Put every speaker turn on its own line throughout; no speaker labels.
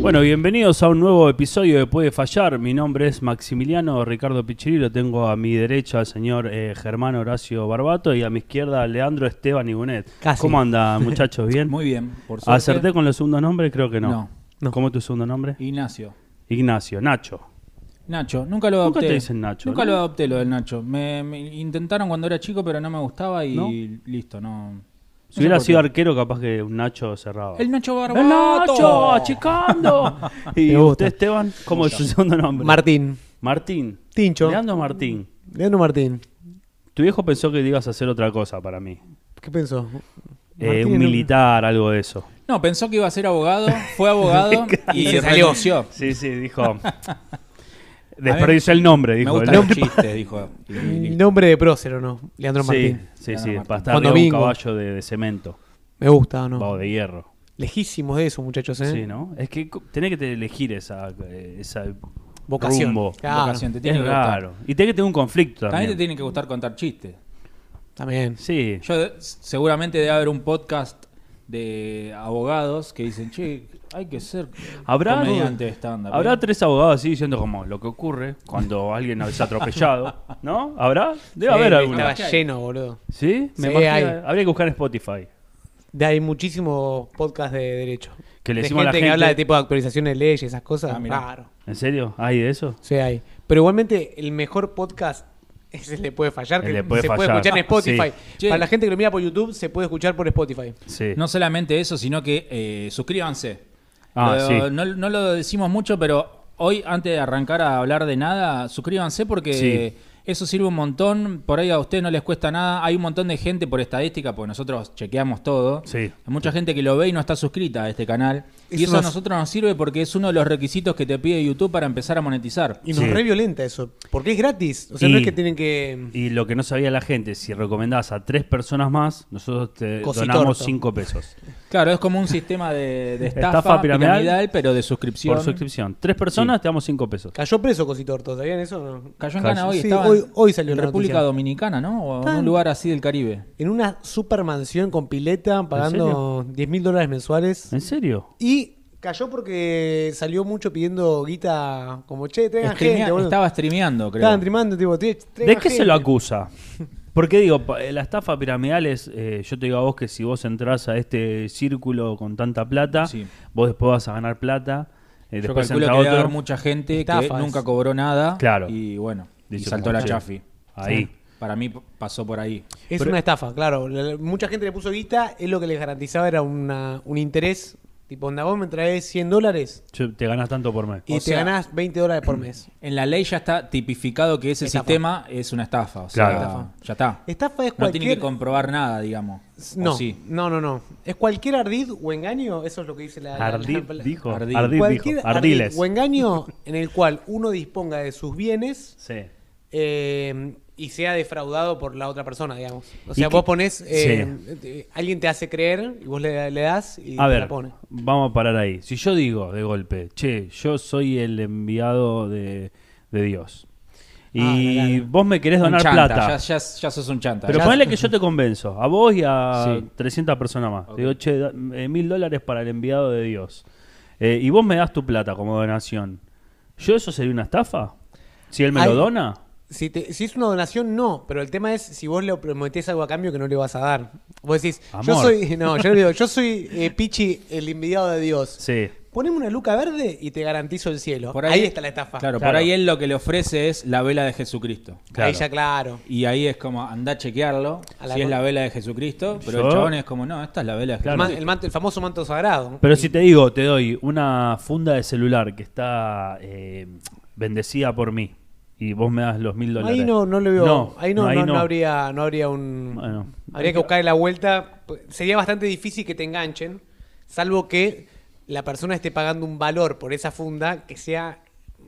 Bueno, bienvenidos a un nuevo episodio de Puede Fallar. Mi nombre es Maximiliano Ricardo Pichiri. Lo tengo a mi derecha al señor eh, Germán Horacio Barbato y a mi izquierda Leandro Esteban Ibunet.
Casi.
¿Cómo anda, muchachos? ¿Bien?
Muy bien, por suerte.
¿Acerté con los segundos nombres? Creo que no.
No.
¿Cómo es tu segundo nombre?
Ignacio.
Ignacio, Nacho.
Nacho, nunca lo
Nunca
adopté.
te dicen Nacho,
Nunca
¿no?
lo adopté lo del Nacho. Me, me intentaron cuando era chico, pero no me gustaba y
¿No?
listo, no. no
Si
sé
hubiera
por
sido
qué.
arquero, capaz que un Nacho cerraba.
El Nacho Barbato.
¡El Nacho! ah, ¡Achicando! ¿Y
Me
usted,
gusta.
Esteban? ¿Cómo es su segundo nombre?
Martín.
Martín.
Tincho.
Leandro Martín.
Leandro Martín.
Tu viejo pensó que ibas a hacer otra cosa para mí.
¿Qué pensó?
Eh,
Martín
un
era-
militar, algo de eso.
No, pensó que iba a ser abogado, fue abogado y se renunció.
Sí, sí, dijo. Desperdició el nombre,
Me
dijo.
gustan
el
los chistes, dijo. Y
Mi
listo.
nombre de prócero, ¿no? Leandro
Sí,
Martín.
sí,
Leandro
sí.
Martín.
Para estar
Cuando
arriba de un
bingo.
caballo de, de cemento
Me gusta, ¿no?
o de hierro.
Lejísimos de eso, muchachos, ¿eh?
Sí, ¿no? Es que co- tenés que te- elegir esa, eh, esa
Vocación.
rumbo.
Claro.
Vocación, te tiene
Es
que gustar.
raro. Y tenés que tener un conflicto
También
también.
te tiene que gustar contar chistes.
También.
Sí.
Yo de- seguramente debe haber un podcast de abogados que dicen, che, hay que ser
Habrá,
comediante de stand-up.
habrá
¿eh?".
tres abogados así diciendo como lo que ocurre cuando alguien es atropellado, ¿no? ¿Habrá? Debe haber
Sí,
alguno.
Estaba lleno, boludo.
¿Sí? Me
Sí,
imagino-
hay.
Habría que buscar en Spotify.
De- Hay muchísimos podcasts de derecho.
Que le
de
decimos a la
gente que
gente-
habla de tipo de actualizaciones de leyes, esas cosas.
Ah, mirá.
Claro.
¿En serio? ¿Hay de eso?
Sí, hay. Pero igualmente, el mejor podcast es el de Puede Fallar,
El
que
de Puede
se
Fallar. Ah,
puede escuchar en Spotify.
Sí.
Para la gente que lo mira por YouTube, se puede escuchar por Spotify.
Sí.
No solamente eso, sino que eh, suscríbanse.
Ah,
Lo-
sí.
no, no lo decimos mucho, pero hoy, antes de arrancar a hablar de nada, suscríbanse porque
Sí.
eso sirve un montón. Por ahí a ustedes no les cuesta nada. Hay un montón de gente por estadística, porque nosotros chequeamos todo.
Sí.
Hay mucha gente que lo ve y no está suscrita a este canal. Y
Eso
eso a
nos-
nosotros nos sirve porque es uno de los requisitos que te pide YouTube para empezar a monetizar.
Y nos
Sí.
re violenta eso. Porque es gratis. O sea,
Y-
no es que tienen que.
Y lo que no sabía la gente, si recomendás a tres personas más, nosotros te
Cositorto.
donamos cinco pesos
Claro, es como un sistema de, de estafa,
Estafa piramidal.
piramidal, pero de suscripción.
por suscripción. Tres personas te damos cinco pesos.
Cayó preso Cositorto, ¿sabían eso? o no?
Cayó en
Cayó.
Cana hoy,
Sí,
estaba
hoy- hoy salió
en
la
República
noticia.
Dominicana, ¿no? O en
Tan-
un lugar así del Caribe.
En una super mansión con pileta, pagando 10 mil dólares mensuales.
¿Eh?
¿En serio?
Y cayó porque salió mucho pidiendo guita, como che, traigan
Streamea-
gente, boludo.
estaba streameando, creo.
Estaban trimando, tipo,
¿De
"Tre- traigan
qué se lo
gente".
acusa? Porque digo, pa- eh, la estafa piramidal es, eh, yo te digo a vos que si vos entrás a este círculo con tanta plata,
Sí.
vos después vas a ganar plata, eh,
Yo
después
calculo
entra
que debe
otro.
haber mucha gente que
Estafas.
nunca cobró nada.
Claro.
Y bueno, y
Dice
saltó
como,
la
"Che".
chafi.
Ahí.
Sí. Para mí p- pasó por ahí.
Es
Pero-
una estafa, claro. La- la- mucha gente le puso guita, es lo que les garantizaba era una, un interés. Tipo, onda, vos me traes 100 dólares
Yo- te ganás tanto por mes.
y
O
te
sea-
ganás 20 dólares por mes.
En la ley ya está tipificado que ese
Estafa.
sistema es una estafa. O
Claro.
sea,
Estafa.
ya está.
Estafa es
No tiene que
cualquier...
comprobar nada, digamos. ¿O
no,
sí?
no, no, no. Es cualquier ardid o engaño, eso es lo que dice la... la- la-
Ardid
la-
dijo,
Ardid.
Ardid dijo,
cualquier
Ardiles.
ardid o engaño en el cual uno disponga de sus bienes
Sí.
eh, y sea defraudado por la otra persona, digamos. O
¿Y
sea,
qué-
vos ponés, eh,
Sí.
eh, alguien te hace creer y vos le, le das y
A
te
ver,
la pone.
vamos a parar ahí. Si yo digo de golpe, che, yo soy el enviado de, de Dios. Y
Ah, claro.
vos me querés
Un
donar
chanta,
plata.
Ya, ya- ya sos un chanta.
Pero
Ya-
ponele que yo te convenzo, a vos y a
Sí.
300 personas más.
Ok.
Te digo, che, da- eh, mil dólares para el enviado de Dios. Eh, y vos me das tu plata como donación. ¿Yo eso sería una estafa? Si él me lo
Ay.
dona.
Si, te- si es una donación, no, pero el tema es si vos le prometés algo a cambio que no le vas a dar. Vos decís, yo
Amor.
soy, no, yo, digo, yo soy eh, Pichi, el enviado de Dios.
Sí.
Poneme una luca verde y te garantizo el cielo.
Por
ahí, está la estafa.
Claro,
Claro.
por ahí él lo que le ofrece es la vela de Jesucristo.
claro.
Ahí ya claro.
Y ahí es como, anda a chequearlo,
A la
si es
con-
la vela de Jesucristo, pero
Yo-
el chabón es como, no, esta es la vela de
El,
Claro.
man-
Jesucristo.
el manto- el famoso manto sagrado.
Pero si te digo, te doy una funda de celular que está eh, bendecida por mí y vos me das los mil dólares.
Ahí no, no lo veo. ahí no, no, no habría, no habría un.
Bueno.
habría que buscar la vuelta. Pues, Sería bastante difícil que te enganchen, salvo que la persona esté pagando un valor por esa funda que sea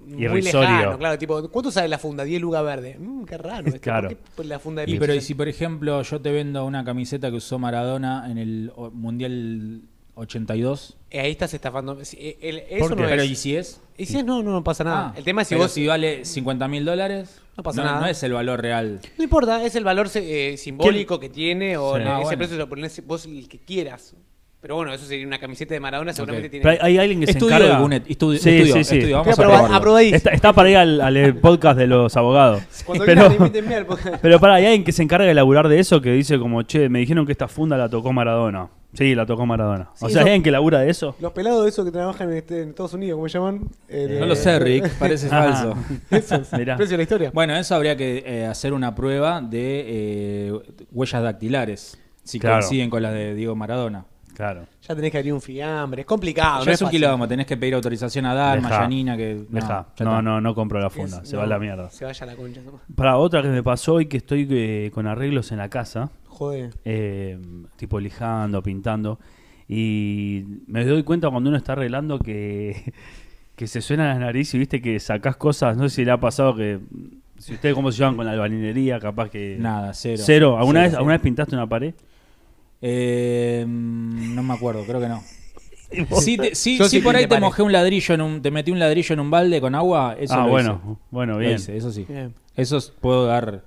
muy
Irrisorio.
lejano. Claro, tipo, ¿cuánto sale la funda? 10 lugas verde. Mm, qué raro. este,
Claro.
¿por qué la funda de
Y
Pepsi?
pero y si por ejemplo yo te vendo una camiseta que usó Maradona en el o- Mundial 82,
Eh, Ahí estás estafando. Si- eh, el-
¿Por
eso
qué?
no
pero
es.
¿y si es?
Y si es, no, no, no pasa nada.
Ah,
el tema es si
pero
vos.
si vale 50 mil dólares,
No pasa nada.
No es el valor real.
No importa, es el valor eh, simbólico que tiene o
Sí.
no,
Ah,
ese
bueno.
precio lo pones vos el que quieras. Pero bueno, eso sería una camiseta de Maradona, seguramente
Ok.
tiene.
Pero hay, hay alguien que
Estudio
se encarga.
de Gunet, estudio-
sí,
estudio,
sí, sí.
estudio, vamos
Voy a
a
probar,
probarlo.
aprobadísimo.
Está, está para ir al, al podcast de los abogados.
Cuando
Pero-
quieras, invítenme al podcast.
Pero para, hay alguien que se encarga de laburar de eso que dice como, che, me dijeron que esta funda la tocó Maradona. Sí, la tocó Maradona.
Sí,
o sea,
eso-
hay alguien que labura de eso.
Los pelados de esos que trabajan en, este- en Estados Unidos, ¿cómo se llaman? Eh,
Eh,
El-
No lo sé, Rick, parece
Ajá.
falso.
Esos,
Mirá.
precio de la historia.
Bueno, eso habría que eh, hacer una prueba de eh, huellas dactilares, si
Claro.
coinciden con las de Diego Maradona.
Claro.
Ya tenés que abrir un fiambre, es complicado.
ya
Ah, no
es un
fácil.
quilombo, tenés que pedir autorización a Dalma,
Dejá.
a Yanina, que...
No,
ya está.
no, no, no compro la funda.
Es-
se
no,
va a la mierda.
Se vaya a la concha. nomás.
Para otra que me pasó hoy que estoy eh, con arreglos en la casa.
Joder.
eh, tipo lijando, pintando. Y me doy cuenta cuando uno está arreglando que, que se suena las narices y viste que sacás cosas. No sé si le ha pasado que. Si ustedes cómo se llevan con la albanilería, capaz que.
Nada, cero.
Cero. ¿Alguna,
Cero,
vez,
cero.
¿alguna vez pintaste una pared?
Eh, mm, no me acuerdo, creo que no. Sí, te- sí,
Yo
sí,
sí
por ahí
pinté
te
pared.
mojé un ladrillo en un, te metí un ladrillo en un balde con agua, eso
ah,
lo
bueno.
hice.
Bueno,
Lo
bien.
hice, eso sí.
Bien.
Eso s- puedo dar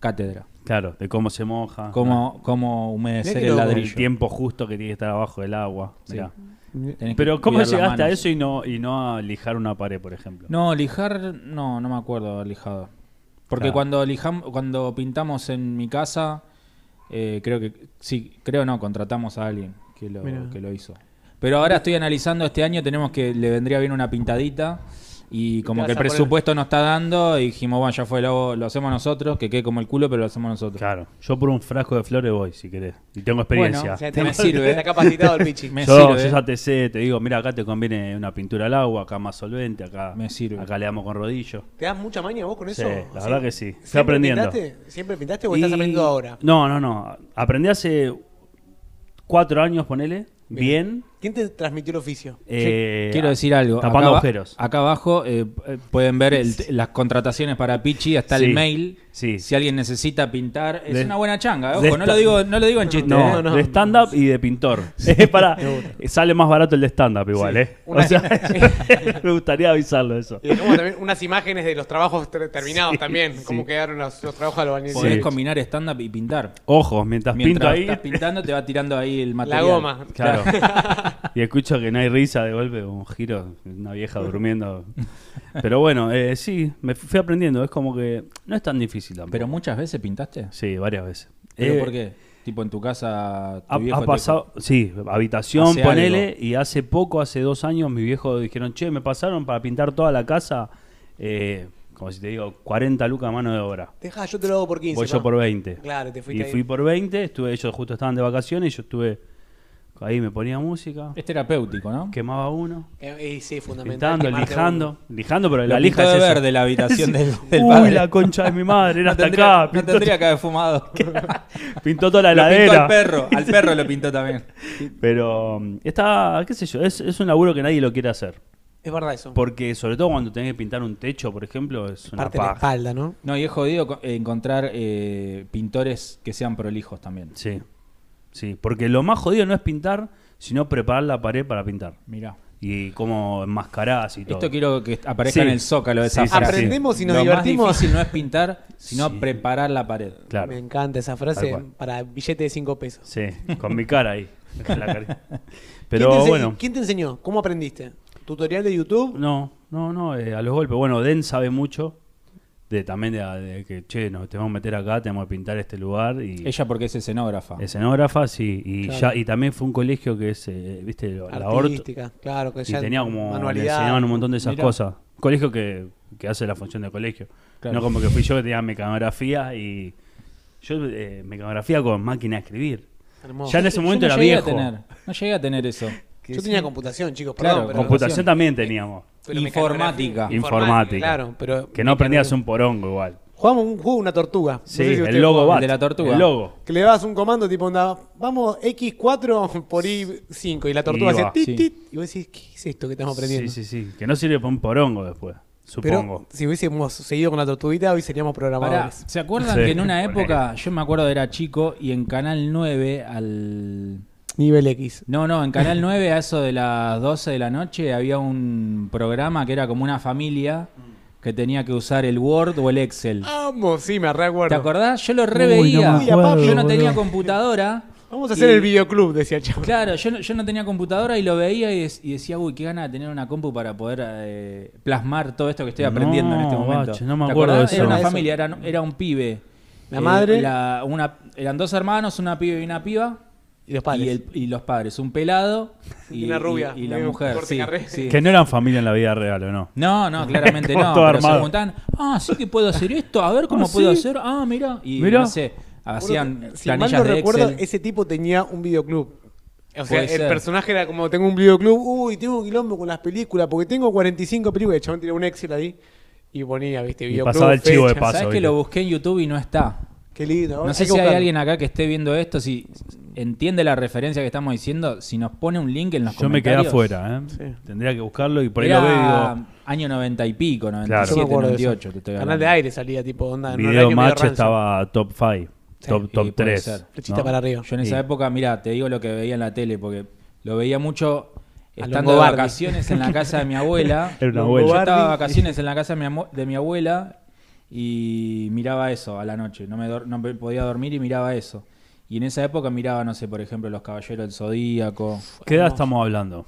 cátedra.
Claro, de cómo se moja.
Cómo, cómo humedecer
Mirá que
el
loco.
Ah, El
ladrillo.
tiempo justo que tiene que estar abajo del agua. Mirá.
Tenés que
Pero ¿cómo
cuidar las
llegaste a
manos.
eso y no, y no a lijar una pared, por ejemplo?
No, lijar, no, no me acuerdo haber lijado. Porque
Claro.
cuando lijam, cuando pintamos en mi casa, eh, creo que, sí, creo no, contratamos a alguien que lo,
Mirá.
que lo hizo. Pero ahora estoy analizando este año, tenemos que, le vendría bien una pintadita y como
vas
que el
a poner-
presupuesto no está dando y dijimos, bueno, ya fue, lo, lo hacemos nosotros, que quede como el culo, pero lo hacemos nosotros.
Claro. Yo por un frasco de flores voy, si querés. Y tengo experiencia.
O sea,
Te
te-
me sirve.
eh.
Está capacitado el pichi.
Me
yo,
sirve.
yo ya te sé, te digo, mira, acá te conviene una pintura al agua, acá más solvente, acá,
Me sirve.
acá le damos con rodillo.
¿Te das mucha maña vos con
Sí,
eso?
la
¿Sí?
verdad que sí. Estoy
¿Siempre
aprendiendo.
Pintaste? ¿Siempre pintaste o Este estás
Y-
aprendiendo ahora?
No, no, no. Aprendí hace cuatro años, ponele. Bien.
¿Quién te transmitió el oficio?
Eh,
Quiero decir algo.
Tapando
acá, aba-
agujeros.
Acá abajo eh, eh, pueden ver el- las contrataciones para Pichi, hasta
Sí,
el mail.
sí.
Si alguien necesita pintar, es
De-
una buena changa.
de
Ojo, no
esta-
lo digo, no lo digo en chiste.
No,
¿eh?
no.
de stand-up y de pintor. Eh, para, sale más barato el de stand-up igual, ¿eh?
Una-
O sea, me gustaría avisarlo eso.
Y dejamos también unas imágenes de los trabajos ter- terminados también, cómo quedaron los, los trabajos de los albañiles.
Podés
Sí.
combinar stand-up y pintar.
Ojos, mientras, pinto
Mientras
ahí.
estás pintando, te va tirando ahí el
La
material.
goma.
Claro. y escucho que no hay risa de golpe, un giro, una vieja durmiendo. Pero bueno, eh, sí, me fui aprendiendo. Es como que no es tan difícil tampoco.
Pero muchas veces pintaste.
sí, varias veces.
¿Pero
Eh,
por qué? Tipo en tu casa, tu
Ha,
viejo
ha
te
pasado, sí, habitación,
Hace
ponele,
algo.
y hace poco, hace dos años, mis viejos dijeron, che, me pasaron para pintar toda la casa, eh, como si te digo, 40 lucas a mano de obra.
Dejá, yo te lo hago por 15.
Voy yo
pa.
por 20.
Claro, te
Y
fuiste
fui
ahí.
por 20, estuve, ellos justo estaban de vacaciones y yo estuve, ahí me ponía música,
dijo. Es terapéutico, ¿no?
quemaba uno.
Eh, eh, sí, fundamental.
Pintando,
quemarte
lijando. Lijando, pero
Lo
la lija
pintó
es
de
eso.
verde la habitación
Sí.
del- del
Uy,
padre.
la concha de mi madre, era
No
hasta
tendría,
acá.
no
Pintó,
tendría que haber fumado.
pintó toda la
lo pintó
heladera.
al perro. Al perro lo pintó también.
Pero um, está, qué sé yo, es, es un laburo que nadie lo quiere hacer.
un- Es verdad eso.
Porque sobre todo cuando tenés que pintar un techo, por ejemplo, es una
Parte de la
paja.
espalda, ¿no?
No, y es jodido co- eh, encontrar eh, pintores que sean prolijos también.
Sí. Sí, porque lo más jodido no es pintar, sino preparar la pared para pintar.
Mirá.
Y cómo enmascarás y todo.
Esto quiero que
Sí.
aparezca en el zócalo de esa
Sí, sí,
frase.
sí.
Aprendemos y nos
Lo
divertimos.
más difícil no es pintar, sino
Sí.
preparar la pared.
Claro.
Me encanta esa frase
Tal cual.
para billete de 5 pesos.
Sí, con mi cara ahí. La cara.
¿Quién te
Pero
ense-
bueno.
¿Quién te enseñó? ¿Cómo aprendiste? ¿Tutorial de YouTube?
No, no, no, eh, a los golpes. Bueno, Den sabe mucho de también de, de que, che, nos tenemos que meter acá, tenemos que pintar este lugar y
Ella porque es escenógrafa.
escenógrafa, sí, y
Claro.
ya y también fue un colegio que es, eh, viste, la Hort
Artística, claro. Que
y
ya
tenía como le
manualidad.
enseñaban un montón de esas
Mirá.
cosas. Colegio que, que hace la función de colegio.
Claro.
No como que fui yo que tenía mecanografía y yo eh, mecanografía con máquina de escribir.
Hermoso.
Ya en ese
Yo
momento
no
era
llegué a
viejo.
tener- no llegué a tener eso.
Yo tenía computación, chicos,
Claro,
perdón. pero-
Computación también teníamos.
pero
Informática.
mecanografía-
Informática.
Claro, pero.
Que no aprendías
mecanografía-
un porongo igual.
Jugamos un juego, una tortuga. No
Sí,
sé si ustedes
el logo
jugaban.
va.
El de la tortuga.
El logo.
Que le dabas un comando tipo, onda, vamos X4 por Y5 y la tortuga
Y
hacía
va,
tit,
sí.
tit, y vos decís, ¿qué es esto que estamos aprendiendo?
Sí, sí, sí. Que no sirve para un porongo después,
Pero
supongo.
si hubiésemos seguido con la tortuguita, hoy seríamos
Pará,
programadores.
¿se acuerdan
Sí.
que en una
Ponele.
época, yo me acuerdo era chico, y en Canal 9 al...
Nivel X.
No, no, en Canal 9 a eso de las 12 de la noche había un programa que era como una familia que tenía que usar el Word o el Excel.
Vamos, sí, me
¿Te
recuerdo.
acordás? Yo lo
Ah, Uy, no
reveía.
me acuerdo,
yo no tenía
boludo.
computadora
Vamos a hacer
Y-
el videoclub, decía el chavo.
Claro, yo no, yo no tenía computadora y lo veía y, des- y decía, uy, qué gana de tener una compu para poder eh, plasmar todo esto que estoy aprendiendo en este
No,
momento.
bache, no me
¿Te
acuerdo
acordás?
de
Era
eso.
una
Eso.
familia, era, era un pibe. Eh,
La madre.
la- una- eran dos hermanos, una pibe y una piba.
Y los padres.
Y, el- y los padres, un pelado y,
Y una rubia,
Y, y la
medio
mujer.
corte
sí,
carré.
sí.
Que no eran familia en la vida real, ¿o no?
No, no, claramente
Como
no.
todo
Pero se
armado.
juntaban, ah, sí que puedo hacer esto, a ver cómo
Ah,
puedo
¿sí?
hacer. Ah, mira. Y
Mirá.
no sé, hacían
si mal
planillas
no
de
recuerdo,
Excel.
ese tipo tenía un videoclub. O sea,
Puede
el
ser.
personaje era como, tengo un videoclub, uy, tengo un quilombo con las películas, porque tengo 45 películas. El chabón tiró un Excel ahí y ponía, viste, videoclub,
pasaba el chivo de
fecha.
paso,
¿Sabes que
¿viste?
lo busqué en YouTube y no está?
Qué lindo.
No
Hay
sé
que
si hay
buscarlo.
alguien acá que esté viendo esto, si entiende la referencia que estamos diciendo, si nos pone un link en los
Yo me quedé
comentarios.
afuera, ¿eh?
Sí.
Tendría que buscarlo y por ahí
Era
lo veo y digo,
año 90 y pico,
Yo me
97,
acuerdo de eso.
98, te estoy
Canal
hablando.
de aire salía, tipo, onda. en un horario
Video
medio
Match
rancio.
estaba top 5,
Sí,
top,
y
top
puede
3.
ser.
Flechita para arriba.
Yo en esa
Sí.
época, mira, te digo lo que veía en la tele, porque lo veía mucho
A
estando de
Longobardi.
vacaciones en la casa de mi abuela.
Era una
Yo
abuela.
estaba de vacaciones en la casa de mi, amo- de mi abuela y miraba eso a la noche. No me, dor- no me podía dormir y miraba eso. Y en esa época miraba, no sé, por ejemplo, Los Caballeros del Zodíaco.
¿Qué edad estamos hablando?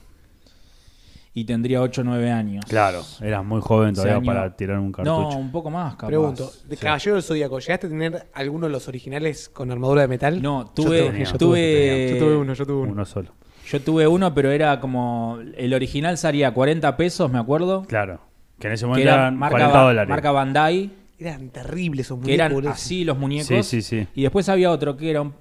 Y tendría 8 o 9 años.
Claro, eras muy joven
Ese
todavía
año-
para tirar un
No,
cartucho.
un poco más, capaz.
Pregunto, de Caballero del Zodíaco, ¿llegaste a tener alguno de los originales con armadura de metal?
No,
Yo
tuve-
tenía, yo
tuve-
yo tuve uno, yo tuve uno.
Uno solo.
Yo tuve uno, pero era como. El original salía 40 pesos, me acuerdo.
Claro. Que en ese
que
momento
era
eran
marca,
40
Ba-
dólares.
marca Bandai,
Eran terribles esos
que eran
muñecos, boludo.
así los muñecos.
Sí, sí, sí.
Y después había otro que era un,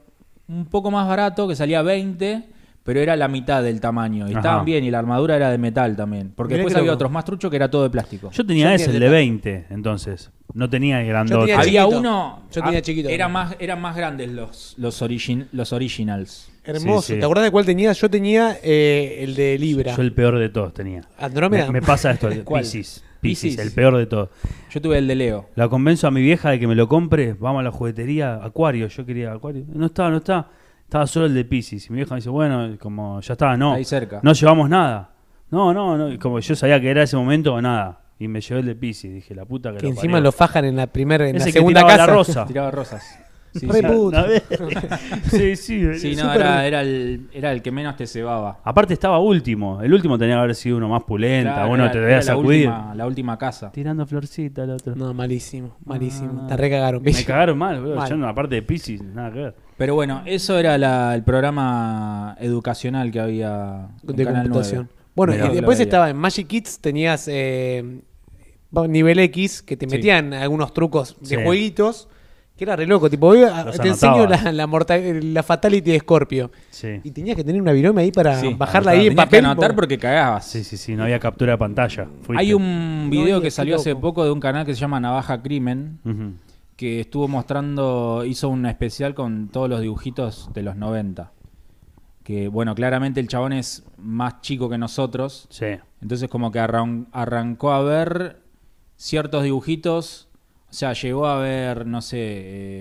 un poco más barato, que salía 20, pero era la mitad del tamaño. Y
Ajá.
estaban bien, y la armadura era de metal también. Porque
Mirá
después
qué
había
loco.
otros más truchos que era todo de plástico.
Yo tenía
Yo
ese,
tenía
el de
el de-
20, entonces. No tenía el grandote.
tenía
Había-
había
chiquito.
uno.
Yo tenía
ah,
chiquito
Era
también.
más, eran más grandes los, los, origin- los originals.
Hermoso.
Sí, sí.
¿Te acordás de cuál tenía? Yo tenía eh, el de Libra. Ah,
Yo el peor de todos tenía.
Andrómeda.
Me, me pasa esto, el
Ah, ¿Cuál?
Pisces. Pisces,
Piscis.
el peor de todos.
Yo tuve el de Leo.
La convenzo a mi vieja de que me lo compre. Vamos a la juguetería, Acuario. Yo quería Acuario. No está, no está. Estaba solo el de Pisces. Y mi vieja me dice, bueno, como ya está, no.
Ahí cerca.
No llevamos nada. No, no, no. Y como yo sabía que era ese momento, nada. Y me llevé el de Pisces. Dije, la puta que,
que
lo
encima
parió".
lo fajan en la primera, en
Ese
la
que
segunda
tiraba la
casa.
rosa.
Tiraba rosas. Sí,
Re
sí.
puto. puta.
A ver. sí, sí.
Sí, no,
súper-
era, era el, era el que menos te cebaba.
Aparte estaba último. El último tenía que haber sido uno más pulenta.
Claro,
uno
era-
te
era
debía
la
sacudir.
última, la última casa.
Tirando florcita al otro.
No, malísimo, malísimo.
Ah.
Te recagaron.
Me cagaron mal, boludo.
Mal.
Yo no, aparte de Pisces, nada que ver.
Pero bueno, eso era la- el programa educacional que había en
de
Canal
computación.
9.
Bueno,
Mirá.
y después
Lo veía.
estaba en Magic Kids, tenías eh, va- nivel X, que te
Sí.
metían algunos trucos de
Sí.
jueguitos, que era re loco. Tipo, hoy, ah,
Los
te enseño
anotabas.
la, la, morta- la Fatality de Scorpio.
Sí.
Y tenías que tener una virome ahí para
Sí, anotaba.
bajarla ahí en
Tenías
papel.
que anotar
porque-
porque cagabas.
Sí, sí, sí, no había captura de pantalla. Fuiste.
Hay un video
No,
que
qué
salió hace
loco.
poco de un canal que se llama Navaja Crimen,
Ujú.
que estuvo mostrando, hizo un especial con todos los dibujitos de los 90. Que bueno, claramente el chabón es más chico que nosotros.
Sí.
Entonces como que arran- arrancó a ver ciertos dibujitos, o sea, llegó a ver, no sé,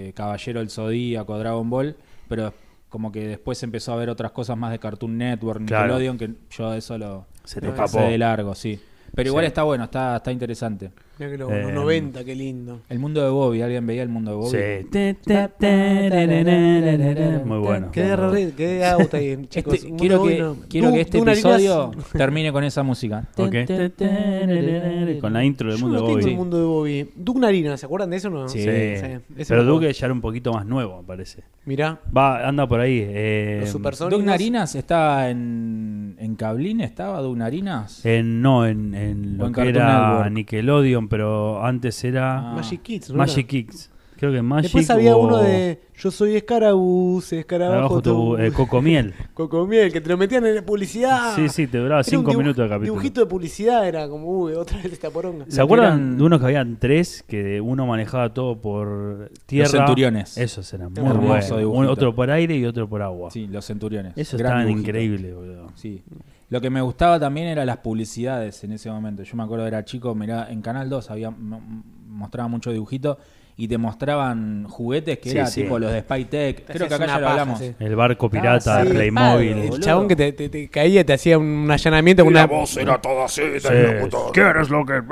eh, Caballero del Zodíaco, Dragon Ball, pero como que después empezó a ver otras cosas más de Cartoon Network,
Claro.
Nickelodeon, que yo de eso lo
Se te
lo
escapó.
pasé de largo, sí. Pero igual
Sí.
está bueno, está, está interesante.
Mirá que loco, los
Eh,
90, qué lindo.
El mundo de Bobby, ¿alguien veía el mundo de Bobby?
Sí. Te, te, te, te, te, te, te, te. Muy bueno.
Quedé, re, quedé out ahí,
Este-
chicos. Muy
quiero que,
bueno.
quiero
Du-
que este
de una
episodio
línea-
termine con esa música.
Ok. Te, te, te, Con la intro del
Yo
mundo de
no tengo el
Bobby.
mundo de Bobby. Doug Narina, ¿se acuerdan de eso o no?
Sí.
Sí.
ese
Pero
me acuerdo.
Duque ya era un poquito más nuevo, me parece.
Mirá,
Va, anda por ahí. eh,
los supersónicos.
Doug Narinas está en, en Cablín, estaba Doug Narinas.
en- no, en, en
O
lo
en
que
Cartoon
era
Network.
Nickelodeon, pero antes era
Ah.
Magic Kids, ¿no?
Magic
era?
Kicks. Creo que Magic
Después había
o-
uno de Yo soy escarabuz, escarabajo
Abajo tu
tu...
eh, cocomiel.
Cocomiel, que te lo metían en la publicidad.
Sí, sí, te duraba
Era un
cinco
dibuj-
minutos de capítulo.
dibujito de publicidad era como, uy, otra vez esta poronga.
¿Se
Lo que
acuerdan
eran-
de unos que habían tres? Que uno manejaba todo por tierra.
centuriones.
Esos eran muy
Hermoso
buenos.
dibujito.
Un- Otro por aire y otro por agua.
Sí, los centuriones.
Eso
Gran
estaban
dibujito.
increíbles, boludo.
Sí. Lo que me gustaba también era las publicidades en ese momento. Yo me acuerdo, era chico, mirá, en Canal 2 había, m- m- mostraba mucho dibujito. Y y te mostraban juguetes que
Sí,
era
sí.
tipo los de Spytech. Creo que acá
una
ya lo
paja,
hablamos.
sí.
El barco pirata,
Ah, sí,
Playmobil.
claro,
El
boludo.
chabón que te, te- te caía, te hacía un allanamiento con una.
era toda así,
Sí.
tenía puto-
¿Quieres lo que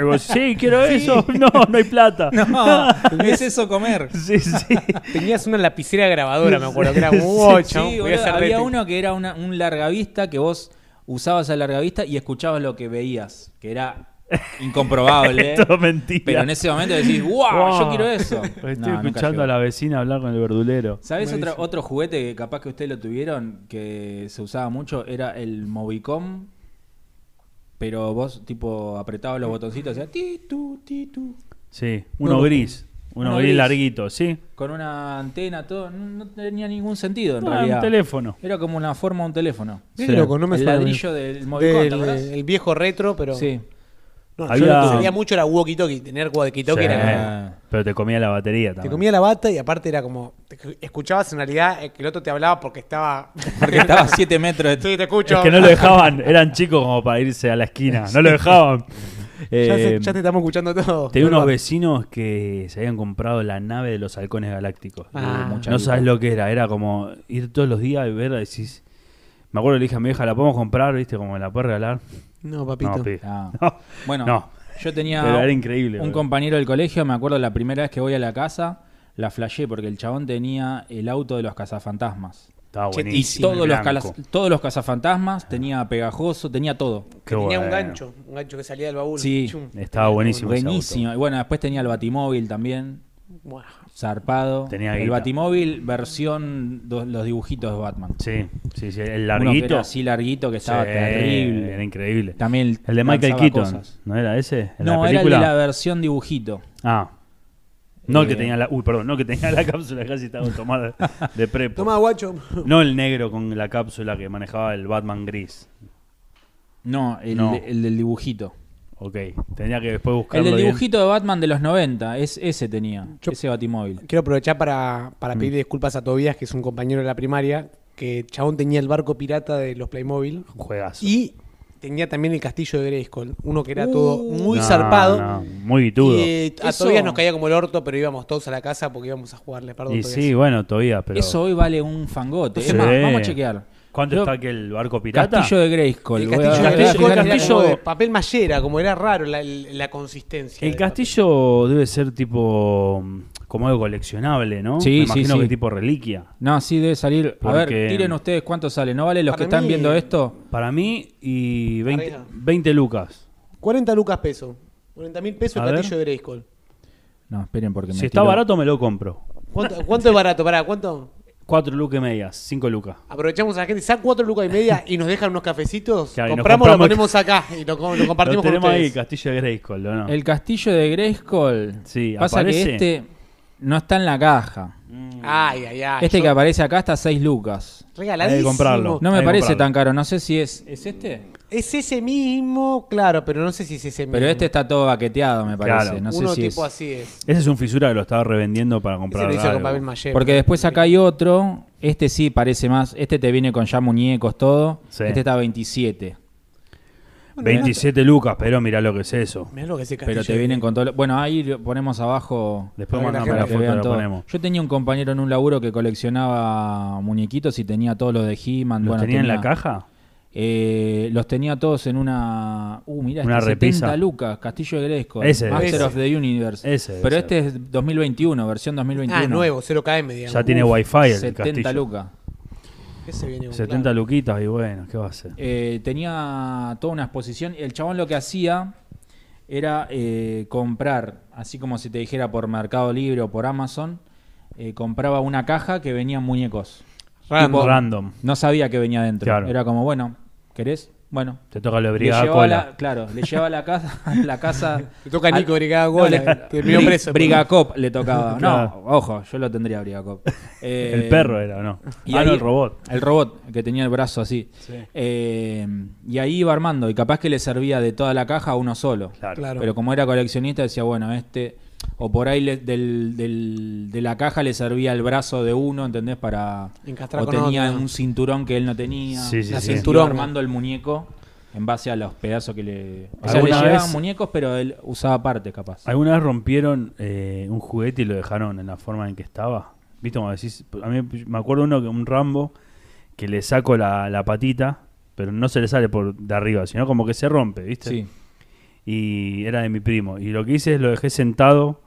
Y vos, Sí, quiero eso. No, no hay plata.
No, es eso comer.
Sí, sí.
Tenías una lapicera grabadora, me acuerdo, que era mucho.
Sí, boludo, había uno que era una- un largavista que vos usabas el largavista y escuchabas lo que veías, que era incomprobable.
Todo mentira.
¿eh? pero en ese momento decís, wow, yo
Wow.
quiero eso.
Estoy
No, nunca
escuchando
llegó.
a la vecina hablar con el verdulero.
¿Sabés otra- otro juguete que capaz que ustedes lo tuvieron que se usaba mucho? Era el Movicom. Pero vos, tipo, apretabas los botoncitos y hacía ti, tu, ti, tu.
Sí, uno
No,
gris. Uno,
uno
gris,
gris.
larguito, sí.
Con una antena, todo. No, no tenía ningún sentido en
Ah,
realidad.
un teléfono.
Era como una forma de un teléfono.
Sí.
loco, no me
el
suena
ladrillo
bien.
del Movicom, ¿te
Del-
acordás?
El viejo retro, pero.
Sí.
No,
Había-
yo lo que quería mucho era walkie talkie, tener walkie talkie
Sí,
era.
Pero te comía la batería
Te
también.
comía la bata y aparte era como. te escuchabas en realidad eh, que el otro te hablaba porque estaba.
Porque estaba a 7 metros de Uh,
sí, te escucho.
Es que no lo dejaban, eran chicos como para irse a la esquina, no lo dejaban.
ya, se-
Eh,
ya te estamos escuchando todo.
Tenía unos
Perdón.
vecinos que se habían comprado la nave de los halcones galácticos.
Ah.
no sabes lo que era, era como ir todos los días y ver, decís. Me acuerdo que le dije a mi vieja, ¿la podemos comprar? ¿Viste? Como me la puedes regalar.
No, papito.
No, pi.
Ah.
No.
Bueno,
No.
yo tenía
Pero era increíble,
un
boludo.
compañero del colegio, me acuerdo la primera vez que voy a la casa, la flashé porque el chabón tenía el auto de los cazafantasmas.
Estaba
Che,
Y
y
Ah, buenísimo.
todos los,
blanco.
calaz- todos los cazafantasmas, tenía pegajoso, tenía todo.
Qué
que tenía un
bueno. Eh.
gancho, un gancho que salía del baúl.
Sí.
Chum.
Estaba buenísimo. ese auto.
Buenísimo. Y bueno, después tenía el batimóvil también,
Buah.
zarpado.
Tenía
el
guita.
batimóvil versión do- los dibujitos de Batman.
Sí, sí, sí. El
Uno que
larguito.
era así larguito que estaba
Sí,
terrible.
Era increíble.
También
El de Michael
lanzaba
Keaton.
cosas.
¿No era ese? ¿En
No,
la
era el
película?
de la versión dibujito.
Ah. No el que
Eh.
tenía la. Uy, perdón, no el que tenía la cápsula casi estaba tomada de prepo.
Toma, guacho.
No el negro con la cápsula que manejaba el Batman gris.
No, el,
No.
de- el del dibujito.
Ok, tenía que después
El
buscarlo.
del
bien.
dibujito de Batman de los 90, es, ese tenía,
Yo-
ese batimóvil.
Quiero aprovechar para, para
Mm.
pedir disculpas a Tobías, que es un compañero de la primaria, que chabón tenía el barco pirata de los Playmobil
Juegazo.
y tenía también el castillo de Grayskull, uno que era
Uh,
todo muy
No,
zarpado.
no, muy
Y
vitudo. Y,
eh, a
Eso-
Tobías nos caía como el orto, pero íbamos todos a la casa porque íbamos a jugarle. Perdón, Tobías.
sí, bueno, todavía, pero.
Eso hoy vale un fangote. Es
Sí.
más, vamos a chequear.
¿Cuánto
Yo-
está que el barco pirata?
Castillo de Grayskull.
El
voy a-
castillo,
voy a
de Grayskull
fijarme.
era
castillo-
como de papel mallera, como era raro la, la consistencia.
El
del
castillo debe ser tipo. mm, como algo coleccionable, ¿no?
Sí,
Me
sí,
imagino
sí.
que tipo reliquia.
No, sí, debe salir. A ver,
Porque-
tiren ustedes cuánto sale. ¿No vale los
Para
que están
mí-
viendo esto?
Para mí, y 20,
Arriba.
20 lucas.
papel. 40 lucas peso. 40 mil pesos
A
el castillo de Grayskull.
No, esperen porque me
Si está
tiró.
barato, me lo compro.
¿Cuánto, cuánto es barato? Pará, ¿cuánto?
4 lucas y medias, 5 lucas.
Aprovechamos a la gente, sacan cuatro lucas y media y nos dejan unos cafecitos.
Claro, y nos
compramos, lo
compramos-
ponemos acá y lo, co- lo
Lo
compartimos con
tenemos ahí,
ustedes.
Castillo de Grayskull, ¿o no?
El castillo de Grayskull.
Sí,
Pasa
aparece.
que este no está en la caja.
Ay, ay, ay.
este
Ah, yo-
que aparece acá está 6 lucas.
regaladísimo.
Hay que comprarlo.
No me
Hay que
parece
comprarlo.
tan caro. No sé si es. ¿Es este?
Es ese mismo, claro, pero no sé si es ese mismo.
Pero este está todo baqueteado, me parece.
Claro.
No sé
Uno
si
tipo
es.
así es.
Ese es un fisura que lo estaba revendiendo para
Ese
comprar.
lo hizo con
algo.
papel maché.
Porque después acá hay otro. Este sí parece más. Este te viene con ya muñecos, todo.
Sí.
Este está a 27.
27 lucas, pero mirá lo que es eso.
Mirá lo que Ah, es ese
Pero
castillo.
te vienen con todo. lo- Bueno, ahí lo ponemos abajo.
Después
Para que la
mandame la
gente-
foto y
vean
lo
todo.
ponemos.
Yo tenía un compañero en un laburo que coleccionaba muñequitos y tenía todos los de He-Man.
¿Lo
bueno,
tenía en la
tenía-
caja?
Eh, los tenía todos en una. Uh, mirá,
Una
este,
repisa.
70 lucas, Castillo de Gresco.
Ese debe
Master
ser.
of the Universe.
Ese debe
Pero
ser.
este es 2021, versión 2021.
Ah, nuevo, 0KM, digamos.
Ya tiene
Uf,
wifi el
70
castillo.
lucas.
Ese viene con
70
claro.
luquitas y bueno, ¿qué va a hacer?
Eh, tenía toda una exposición. y El chabón lo que hacía era eh, comprar, así como si te dijera por Mercado Libre o por Amazon, eh, compraba una caja que venían muñecos.
Random.
Tipo,
Random.
No sabía que venía adentro.
Claro.
Era como, bueno, ¿querés? Bueno.
Te toca la
Le
brigada
llevaba la-
cola.
claro, le llevaba a la casa. a la casa
Le toca a Nico Brigada
Gola
Gola, terminó preso.
Brigacop le tocaba.
Claro.
No, ojo, yo lo tendría Brigacop. Eh,
El perro era, ¿o ¿no?
y
ah,
ahí-
no, el robot.
El robot, que tenía el brazo así. Eh, y ahí iba armando, y capaz que le servía de toda la caja a uno solo.
Claro.
Claro.
Pero como era coleccionista, decía, bueno, este. O por ahí le- del- del- de la caja le servía el brazo de uno, ¿entendés? Para.
Encastrar
o
con
tenía
otro.
un cinturón que él no tenía.
Sí, sí,
Iba
sí.
armando el muñeco. en base a los pedazos que le. O sea, le
¿Alguna
llevaban
vez-
muñecos, pero él usaba parte, capaz.
¿Alguna vez rompieron eh, un juguete y lo dejaron en la forma en que estaba? ¿Viste como decís? A mí me acuerdo uno que un Rambo que le saco la, la patita, pero no se le sale por de arriba, sino como que se rompe, ¿viste?
Sí.
Y era de mi primo. Y lo que hice es lo dejé sentado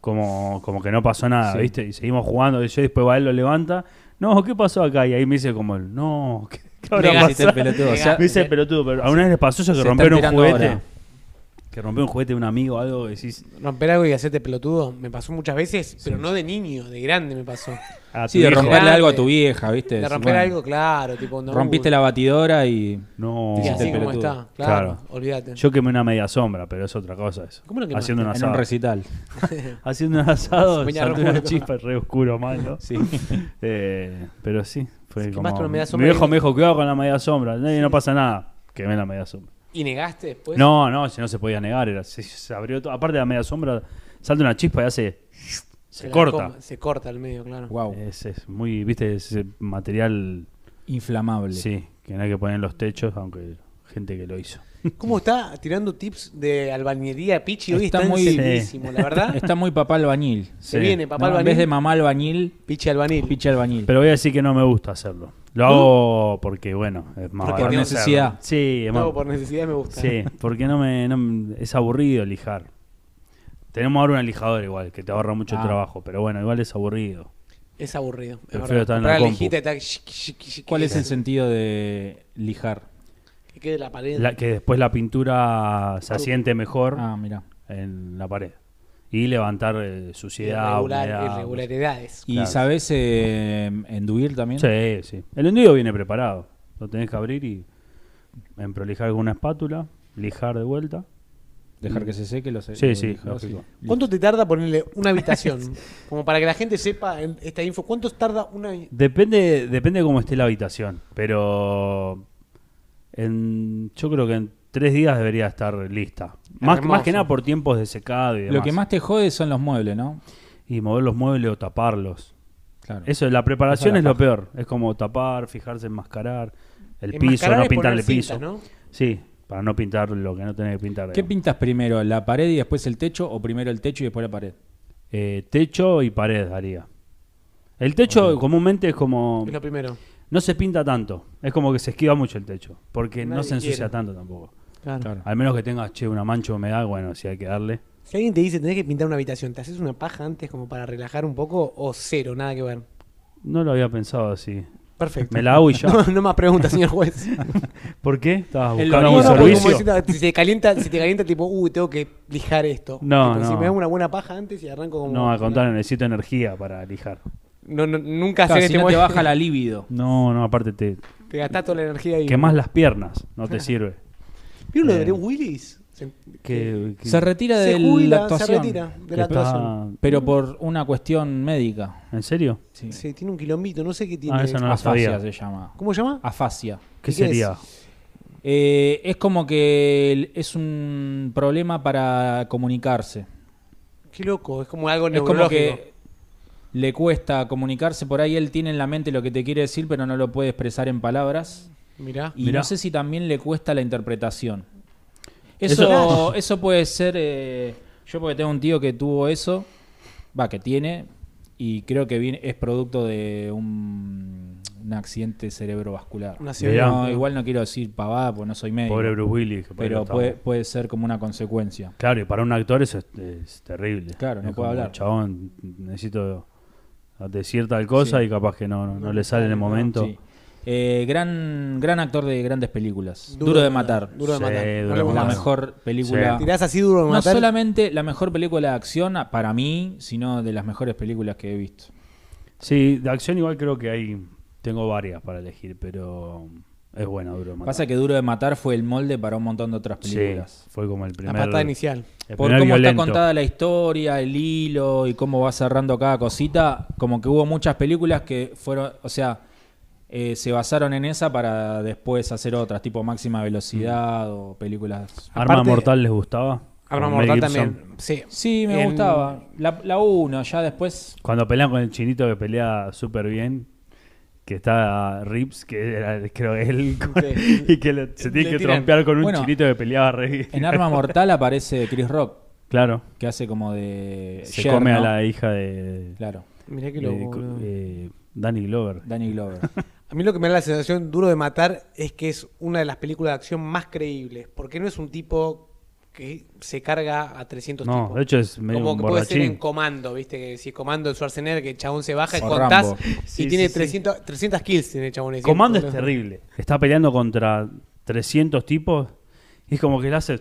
como, como que no pasó nada,
Sí.
¿viste? Y seguimos jugando. Y yo después va él, lo levanta. No, ¿qué pasó acá? Y ahí me dice como, el, no, ¿qué, qué habrá
Negaste,
pasado?"
pelotudo. O sea, eh,
Me dice, pelotudo, pero ¿alguna vez les pasó eso
Se
que
están
rompieron un
tirando
juguete?
ahora.
Que rompió un juguete de un amigo o algo, decís,
Romper algo y hacerte pelotudo me pasó muchas veces, pero no de niño, de grande me pasó.
"Ah,
sí,
tu
de
viejo".
romperle
Grande.
algo a tu vieja, ¿viste?
De
Decir,
romper
bueno,
algo, claro, tipo cuando,
Rompiste
uh,
la batidora y.
No,
Y
Hiciste
así
el
como
pelotudo.
está, claro,
Claro.
olvídate.
yo quemé una media sombra, pero es otra cosa eso.
¿Cómo lo quemaste?
Haciendo un
En un
asado.
recital.
Haciendo un asado,
Mañana
saltó una
recuerdo.
chispa re oscuro, mal, ¿no?
Sí.
Eh, pero sí, fue
Si
como...
quemaste una media
Mi
sombra,
viejo
ahí-
me dijo, cuidado con la media sombra, nadie, no pasa nada. Quemé la media sombra.
¿Y negaste después?
No, no, si no se podía negar, era, se, se abrió todo. Aparte de la media sombra, salta una chispa y hace... Se
la
corta.
com- Se corta al medio, claro.
Wow.
Es, es muy, viste, ese material,
Inflamable.
sí, que no hay que poner en los techos, aunque gente que lo hizo.
¿Cómo está tirando tips de albañería Pichi? Hoy
Está
está,
muy-
encendidísimo, la verdad.
Está muy papá albañil.
Sí.
Se viene,
No,
papá
en
albañil.
vez de mamá albañil,
Pichi albanil.
picha albañil.
Pero voy a decir que no me gusta hacerlo. Lo hago porque, bueno, es más barato
Porque por
hacerlo.
necesidad.
Sí, es más-
No, por necesidad me gusta.
sí, porque no me, no me- es aburrido lijar. Tenemos ahora una lijadora igual, que te ahorra mucho
Ah.
trabajo, pero bueno, igual es aburrido.
Es aburrido. es
Prefiero
verdad.
estar en la
Comprar
compu.
lijita y tal, shiki, shiki, shiki,
¿Cuál es el
que-
sentido de lijar?
Que quede la pared.
La- que después la pintura se asiente mejor
Ah, mira.
en la pared. Y levantar eh, suciedad,
Irregular-
humedad.
irregularidades.
¿Y
Claro.
sabes eh, enduir también?
Sí, sí. El hundido viene preparado. Lo tenés que abrir y en prolijar con una espátula, lijar de vuelta.
Dejar que se seque, lo sé.
Sí,
lo
sí,
lijar,
lógico.
¿Cuánto te tarda ponerle una habitación? Como para que la gente sepa en- esta info. ¿Cuánto tarda una.?
Depende, depende de cómo esté la habitación, pero en, yo creo que en tres días debería estar lista. Más,
Hermoso.
más que nada por tiempos de secado y demás.
Lo que más te jode son los muebles, ¿no?
Y mover los muebles o taparlos.
Claro.
Eso, la preparación
Esa
es
es la
lo peor. Es como tapar, fijarse, enmascarar el piso,
enmascarar
no
es
pintar el
poner
piso.
cinta, ¿no?
Sí, para no pintar lo que no tenés que pintar.
¿Qué
digamos.
pintas primero, la pared y después el techo o primero el techo y después la pared?
Eh, techo y pared haría. El techo comúnmente es como...
Es lo primero.
No se pinta tanto. Es como que se esquiva mucho el techo. Porque no
Nadie
se ensucia
quiere.
tanto tampoco.
Claro.
Claro.
Al menos que tengas, che, una mancha de humedad, bueno, si hay que darle.
Si alguien te dice tenés que pintar una habitación, ¿te haces una paja antes como para relajar un poco o cero? Nada que ver.
No lo había pensado así.
Perfecto.
Me la hago y ya.
No, no más preguntas, señor juez.
¿Por qué? ¿Estabas
El
buscando
No,
algún
no,
porque
servicio?
como diciendo, si te calienta, si te calienta tipo, uy, tengo que lijar esto.
No,
Tipo, Si
no.
me hago una buena paja antes y arranco como.
No, al contrario, necesito energía para lijar.
No, no, nunca
Claro,
hacer
si
este
no te
momento.
baja la libido.
No, no, aparte te
Te gastás toda la energía ahí.
quemás las piernas, no te sirve.
¿Vieron lo
Eh.
de Bruce Willis? Se-
Que, que-
Se retira de
Se jubila,
la actuación.
se retira de la
que está-
actuación.
Pero por una cuestión médica.
¿En serio?
Sí.
Sí, tiene un quilombito, no sé qué tiene.
Ah, eso no lo Ah.
Afasia
sabía.
se llama.
¿Cómo se llama?
Afasia.
¿Qué
¿Y qué es?
sería?
Eh, es como que el- es un problema para comunicarse.
Qué loco, es como algo
Es como
neurológico.
que le cuesta comunicarse. Por ahí él tiene en la mente lo que te quiere decir, pero no lo puede expresar en palabras.
Mirá.
Y
Mirá.
no sé si también le cuesta la interpretación.
Eso-
Eso, eso puede ser. eh, yo, porque tengo un tío que tuvo eso, va, que tiene, y creo que viene, es producto de un, un accidente cerebrovascular.
Una
Mirá.
Ah, No, igual no quiero decir pavada, porque no soy médico.
Pobre Bruce Willis. que por ahí lo
pero
está-
puede, puede ser como una consecuencia.
Claro, y para un actor eso es, es terrible.
Claro, no
Es
puede
como,
hablar.
Chabón, necesito decir tal cosa
Sí.
y capaz que no, no, no le sale en el momento.
Sí. Eh, gran, gran actor de grandes películas. Duro, de matar.
Duro de
Sí,
matar.
Duro
No
de Matar.
le gusta.
La
Claro.
mejor película.
Sí.
Tirás así duro de
No
matar.
solamente la mejor película de acción a- para mí, sino de las mejores películas que he visto.
Sí, de acción igual creo que hay. Tengo varias para elegir, pero es bueno, duro. de Matar.
Pasa que Duro de Matar fue el molde para un montón de otras
Sí,
películas.
fue como el
La
primer.
patada inicial.
el
Por
primer
cómo está
violento.
contada la historia, el hilo y cómo va cerrando cada cosita, como que hubo muchas películas que fueron, o sea, eh, se basaron en esa para después hacer otras, tipo Máxima Velocidad
Mm.
o películas.
Arma
Aparte-
Mortal les gustaba.
Arma
Con Mel
mortal
Gibson.
también. Sí.
Sí, me
En-
gustaba. La, la uno, ya después
Cuando pelean con el chinito que pelea súper bien. que está Rips, que era, creo él, con- y que lo- se tiene
Le
que
tiran.
trompear con un
Bueno,
chinito que peleaba re bien.
En Arma Mortal aparece Chris Rock,
Claro,
que hace como de.
se
yerno.
come a la hija de,
Claro,
Mirá que
de-
lo.
eh, Danny Glover.
Danny Glover.
A mí lo que me da la sensación duro de matar es que es una de las películas de acción más creíbles, porque no es un tipo que se carga a 300
No,
tipos.
de hecho es medio
Como
un
que puede ser en
borrachín.
comando, ¿viste? Que si comando de Schwarzenegger, que el chabón se baja y
O
contás
Rambo.
y
Sí, sí,
tiene
sí.
300, 300 kills tiene el chabón. ese.
Comando es terrible. Está peleando contra 300 tipos y es como que le hace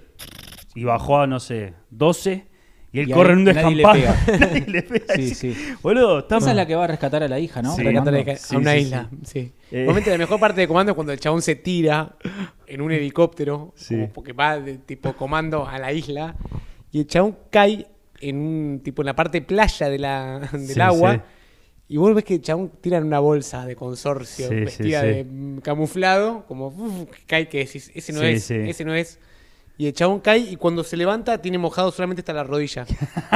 y bajó a, no sé, 12 y él
Y
corre
ahí
en un
nadie le
descampado.
pega.
Nadie le pega.
Sí, sí.
Boludo, estamos...
Esa es la que va a rescatar a la hija, ¿no?
Sí.
Para cantar
Comando.
a-
Sí,
a una
sí,
isla, sí.
Eh.
Momento, la mejor parte de comando es cuando el chabón se tira en un helicóptero,
Sí.
como porque va de tipo comando a la isla, y el chabón cae en un tipo en la parte playa de la, del
Sí,
agua.
sí.
Y vos ves que el chabón tira en una bolsa de consorcio,
Sí, sí,
vestida
sí.
de mm, camuflado, como uf, cae que decís, ese no
Sí,
es,
sí.
ese no es. Y el chabón cae y cuando se levanta tiene mojado solamente hasta la rodilla.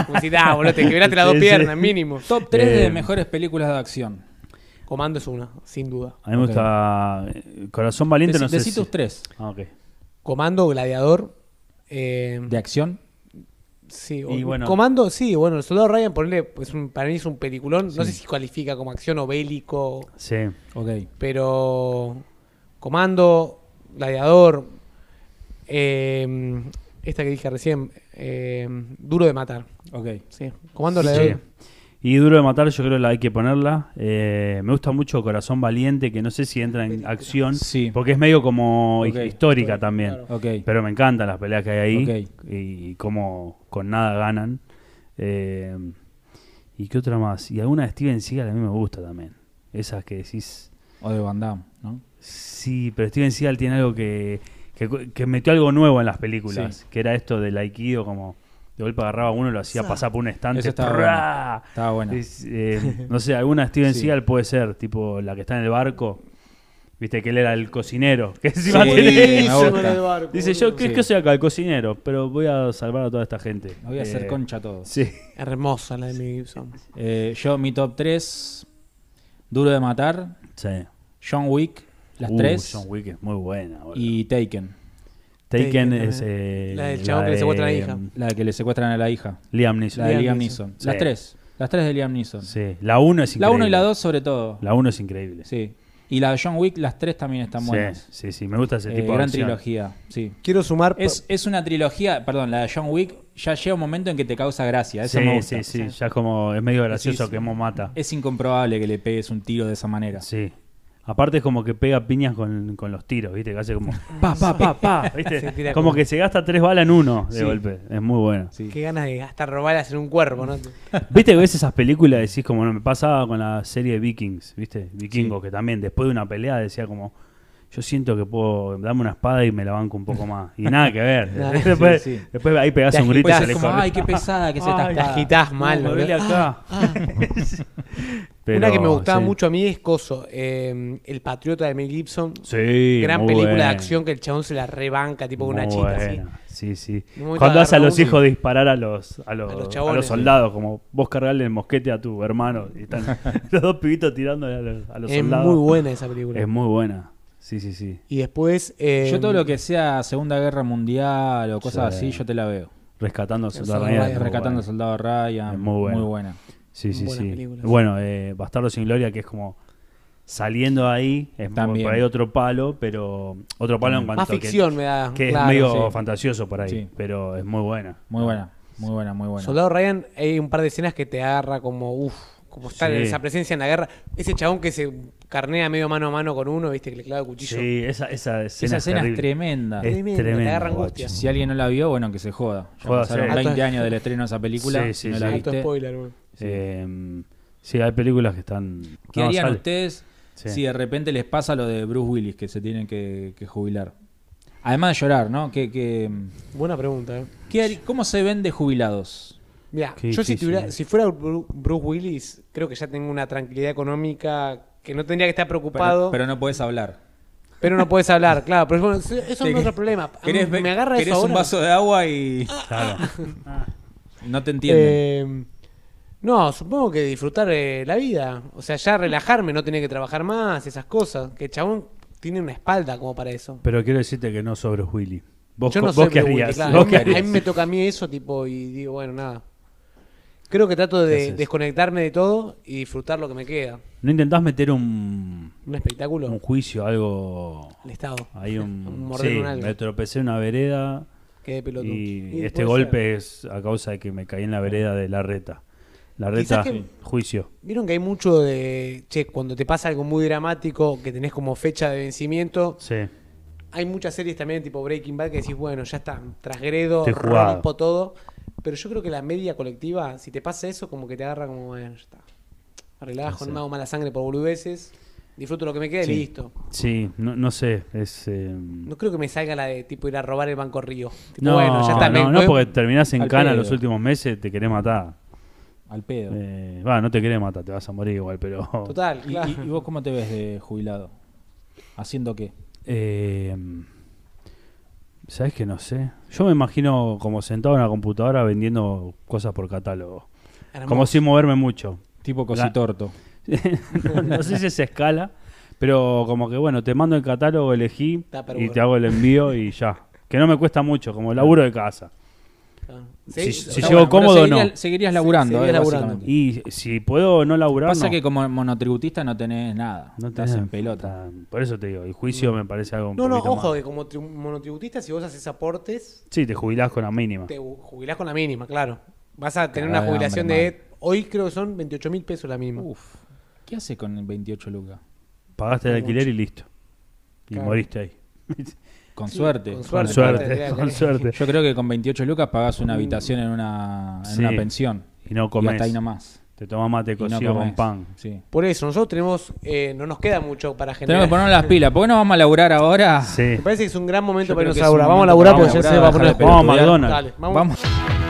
Como si, ah, boludo, te quebraste las dos
Sí, sí.
piernas, mínimo.
Top 3 de
Eh,
mejores películas de acción.
Comando es una, sin duda.
A mí me
Ok.
gusta eh, Corazón Valiente,
Deci-
no sé
decí
si-
tus tres.
Ah, ok.
Comando, Gladiador. eh,
¿De acción?
sí, o-
Y bueno.
Comando, sí, bueno, el soldado Ryan, ponle, pues un, para mí es un peliculón. No sé si cualifica como acción o bélico,
Sí.
Ok.
pero. Comando, Gladiador. eh, esta que dije recién, eh, Duro de Matar.
Ok.
Sí, Comando,
Sí.
Gladiador.
Y Duro de Matar, yo creo que la hay que ponerla. Eh, me gusta mucho Corazón Valiente, que no sé si entra en acción,
Sí.
porque es medio como hi-
Ok,
histórica también.
Ok.
Pero me encantan las peleas que hay ahí y cómo con nada ganan. Eh, ¿Y qué otra más? Y alguna de Steven Seagal a mí me gusta también. Esas que decís,
O de Van Damme, ¿no?
sí, pero Steven Seagal tiene algo que, que, que metió algo nuevo en las películas,
Sí.
que era esto del aikido, como de golpe agarraba a uno y lo hacía pasar por un
Eso
estante.
estaba
¡prá!
bueno. Estaba bueno.
Es, eh, no sé, alguna de Steven
Sí.
Seagal puede ser, tipo la que está en el barco. Viste que él era el cocinero. Que
Sí,
encima tenía-
me
Buenísimo
gusta.
el barco,
Dice, yo
boludo.
creo
Sí.
que soy acá el cocinero, pero voy a salvar a toda esta gente.
Me Voy a hacer
Eh,
concha a todos.
Sí.
Hermosa la de Mel Gibson.
Eh, yo, mi top 3, Duro de Matar,
sí.
John Wick, las
Uh,
3
John Wick es muy buena. boludo.
y
Taken,
Taken,
Taken
es.
también.
eh,
La del chabón que le
de,
secuestra a la hija.
mm,
la que le secuestran a la hija,
Liam Neeson.
la de
Liam
Liam
Neeson.
Neeson.
Sí.
Las 3, las 3 de Liam Neeson.
Sí. La 1 es
La
increíble.
1 y la 2 sobre todo.
La 1 es increíble.
Sí. Y la de John Wick, las 3 también están buenas.
sí, sí, sí, me gusta ese
Eh,
tipo de
gran
acción.
trilogía, sí.
Quiero sumar.
Es, es una trilogía, perdón, la de John Wick ya llega un momento en que te causa gracia, eso
sí,
me gusta.
sí, sí, ya es como, es medio gracioso
sí.
que Mo mata.
Es incomprobable que le pegues un tiro de esa manera.
Sí. Aparte es como que pega piñas con, con los tiros, ¿viste? Que hace como...
Pa, pa, pa, pa.
¿viste?
Se tira
como
como-
que se gasta tres balas en uno de
Sí.
golpe. Es muy bueno.
Sí.
Qué ganas de hasta robarlas en un cuerpo, ¿no?
¿Viste que ves esas películas y decís como no me pasaba con la serie de Vikings, ¿viste? Vikingos, que también después de una pelea decía como yo siento que puedo darme una espada y me la banco un poco más. Y nada que ver.
Nada,
después,
sí, sí.
después ahí pegás
Te
un grito y
Pues
se
es
le
como,
corre.
ay, qué pesada que es
Ay,
esta
Las
espada.
agitás mal,
No, me
boludo.
duele acá. Pero,
Ah, Una que me gustaba
sí.
mucho a mí es Coso, eh, El Patriota de Mel Gibson.
Sí,
Gran
muy
película
buena.
de acción que el chabón se la rebanca, tipo
Muy
una chita así.
buena. Sí, sí.
Un momento
Cuando hace a
agarra
los
uno y-
hijos disparar a los, a los,
A los
a
chabones,
los
sí.
soldados, como vos cargarle el mosquete a tu hermano. Y están los dos pibitos tirando a los, a los
Es
soldados.
muy buena esa película.
Es muy buena. Sí, sí, sí.
Y después. eh,
Yo todo lo que sea Segunda Guerra Mundial o cosas
Sí.
así, yo te la veo.
Rescatando al
El
soldado
soldado
Ryan.
Ryan.
muy
Rescatando al
buena.
soldado Ryan,
Es muy
muy
buena.
buena.
Sí, sí,
Buenas
sí.
películas.
Bueno, eh, Bastardo sin Gloria, que es como saliendo ahí, es
También.
por ahí otro palo, pero otro palo en cuanto
Más
que-
ficción me
que,
da.
es
claro,
medio
sí.
fantasioso por ahí,
Sí.
pero es muy buena.
Muy buena, muy buena, muy buena.
Soldado Ryan, hay un par de escenas que te agarra como. Uff, como estar
Sí.
en esa presencia en la guerra. Ese chabón que se carnea medio mano a mano con uno, viste, que le clava el cuchillo.
Sí, esa, esa escena,
Esa escena es
terrible.
tremenda.
Es
Tremendo, te
tremendo,
agarra
guacho.
angustia.
Si alguien no la vio, bueno, que se joda. Ya
Joda,
pasaron
sí.
20 años del estreno de esa película.
Sí,
Sí,
sí,
no
sí.
la
Alto
Alto
viste.
spoiler, boludo.
Eh, sí, hay películas que están.
¿Qué
no,
harían
sale.
ustedes
Sí.
si de repente les pasa lo de Bruce Willis, que se tienen que, que jubilar? Además de llorar, ¿no? ¿Qué, qué,
Buena pregunta, eh.
qué harí- cómo se ven de jubilados?
Mira,
Qué
yo si,
difícil,
tuviera,
eh.
si fuera Bru- Bruce Willis, creo que ya tengo una tranquilidad económica que no tendría que estar preocupado.
Pero, pero no podés hablar.
Pero no puedes hablar, claro. Pero bueno, eso eso
Te
es
que-
otro problema. A mí
querés ver-
Ah, me agarra
querés
eso
un
ahora.
vaso de agua y
Claro.
no te entienden.
Eh, No, supongo que disfrutar eh, la vida. O sea, ya relajarme, no tener que trabajar más, esas cosas. Que el chabón tiene una espalda como para eso.
Pero quiero decirte que no sobres Willy. Vos,
Yo no
co-
soy
vos qué
Blue Willy,
harías.
claro.
vos qué
A mí
harías.
me toca a mí eso, tipo, y digo, bueno, nada. Creo que trato
¿Qué
de
haces?
desconectarme de todo y disfrutar lo que me queda.
¿No intentás meter un,
Un espectáculo.
un juicio, algo?
El Estado.
Hay un...
morder
sí,
un algo.
me tropecé en una vereda
Quedé pelotudo.
y,
Y
este
puede ser.
golpe es a causa de que me caí en la vereda de la reta. La reta,
Quizás que-
juicio.
Vieron que hay mucho de. Che, cuando te pasa algo muy dramático, que tenés como fecha de vencimiento.
Sí.
Hay muchas series también, tipo Breaking Bad, que decís, bueno, ya está, trasgredo,
Estoy jugado.
rompo todo. Pero yo creo que la media colectiva, si te pasa eso, como que te agarra como, bueno, ya está. Me Relajo,
Sí.
no me hago mala sangre por boludeces. Disfruto lo que me queda y
Sí.
listo.
Sí, no, no sé. Es, eh,
No creo que me salga la de tipo ir a robar el Banco Río. Tipo,
no,
bueno, ya está. me-
no, no,
me-
porque terminás en
al
cana
pedo.
los últimos meses, te querés matar.
Al pedo.
Eh, va, no te querés matar, te vas a morir igual, pero.
Total,
¿Y,
claro.
y- y vos cómo te ves de jubilado? ¿Haciendo qué?
Eh, ¿Sabes que no sé? Yo me imagino como sentado en la computadora vendiendo cosas por catálogo.
Hermoso.
Como sin moverme mucho.
Tipo
La-
cositorto.
no, no sé si es escala, pero como que bueno, te mando el catálogo, elegí
Está, pero
y
bueno.
te hago el envío y ya. Que no me cuesta mucho, como laburo de casa.
Ah,
si-
sí,
si
está
llego
bueno.
con- cómodo,
seguirías,
no.
seguirías laburando,
seguirías
eh,
laburando.
básicamente.
Y si puedo no laburar,
Pasa
no.
que como monotributista no tenés nada.
No
estás
tenés-
en pelota.
está- Por eso te digo, el juicio me parece algo un
No, no,
poquito
ojo,
más.
que como tri- monotributista, si vos haces aportes,
Sí, te jubilás con la mínima.
te ju- jubilás con la mínima, claro. Vas a tener una
Cagada de
jubilación
hambre,
de. Hoy creo que son 28 mil pesos la mínima.
Uf. ¿Qué haces con 28 lucas?
Pagaste el alquiler y listo. Y
Claro.
moriste ahí.
Con
Sí,
suerte.
con
Con
suerte, Uh.
suerte,
tendría que-
con suerte.
Yo creo que con 28 lucas pagás una habitación en una, en
Sí.
una pensión.
Y no
Y
comes.
hasta ahí nomás.
Te tomás mate
Y no
cocido con
comés.
pan.
Sí.
Por eso, nosotros tenemos. eh, no nos queda mucho para generar.
Tenemos que ponernos las pilas. ¿Por qué no vamos a laburar ahora?
Sí.
Me parece que es un gran momento
Yo
para
creo
irnos
que
a
es un
laburar. Vamos a
momento
laburar
para
porque ya se va
laburar,
a
dejar
poner
de
Vamos a
pelotudear.
McDonald's.
Dale, vamos.
Vamos.